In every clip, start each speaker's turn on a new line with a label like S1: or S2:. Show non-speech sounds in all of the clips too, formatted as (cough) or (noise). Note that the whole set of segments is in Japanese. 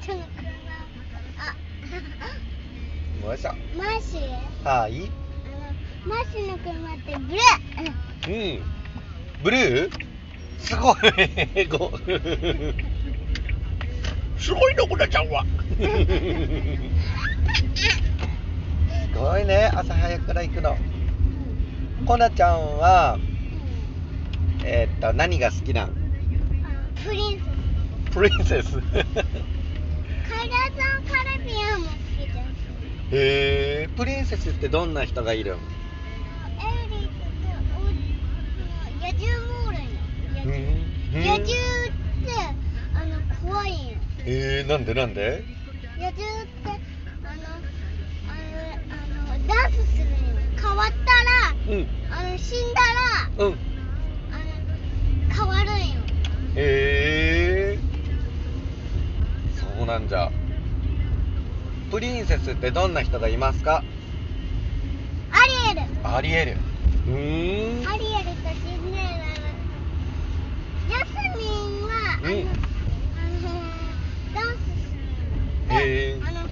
S1: ちゃんの車あ
S2: 뭐였어?
S1: マーシーあ
S2: 하
S1: の
S2: 이.
S1: マーシーの車ってブレー
S2: 음. 브루. 스고이. 고. 스고이노구나 장와. (laughs) すごいね朝早くから行くのコナちゃんはえーっと何が好きな
S1: あ
S2: ん
S1: プリンセス
S2: プリンセス
S1: カイラさんカラビアンも好きです
S2: (laughs) へえプリンセスってどんな人がいるん
S1: エイリーとお野獣もおるんよ野獣
S2: うん
S1: 野獣ってあの怖いんよ
S2: えー、なんでなんで
S1: 野獣ってあのあのあのダンスするんよ変わった
S2: うん
S1: らあの死んだら
S2: うん
S1: あの変わるんよ
S2: へえそうなんじゃプリンセスってどんな人がいますか
S1: アリエル
S2: アリエルうーん
S1: アリエルとシンデレラジャスミンはあの、
S2: うん
S1: あのダンスするの
S2: へえ
S1: あのあの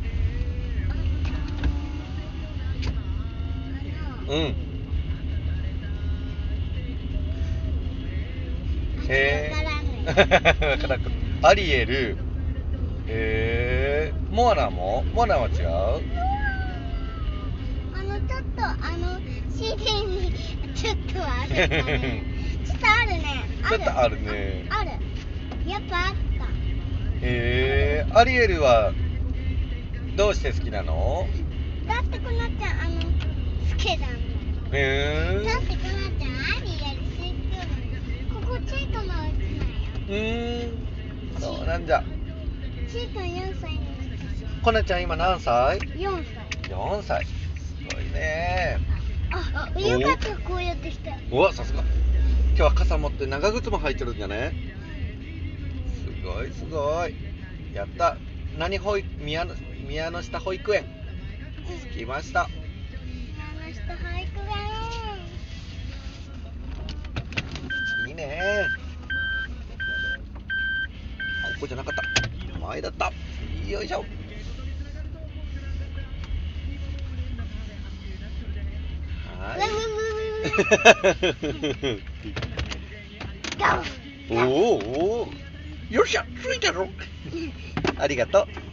S1: あの
S2: うん
S1: へえ
S2: へえアリエルへえモアナもモアナは違う
S1: あのちょっとあの CD にちょっとはあるかねちょっとあるね
S2: ちょっとあるね
S1: ああるやっぱあった
S2: へえアリエルはどうして好きなの
S1: だってこなちゃんあの好きだもん
S2: へ
S1: だってこなちゃんアリエル好きなのここチートのうちなんよ
S2: えうーんそうなんじゃ
S1: チート4歳の
S2: コナちゃん今何歳
S1: 4歳
S2: 4歳すごいね
S1: あ
S2: お
S1: よかったこうやってきたあ
S2: うわさすが今日は傘持って長靴も履いてるんじゃねすごいすごいやった何保育宮の宮の下保育園着きました
S1: の人俳句がね
S2: いいねここじゃなかった前だったよいしょ
S1: (laughs)
S2: は
S1: うわうわう
S2: (laughs) ーい
S1: わうわ
S2: 哦おーおーよっしゃ着いたぞありがとう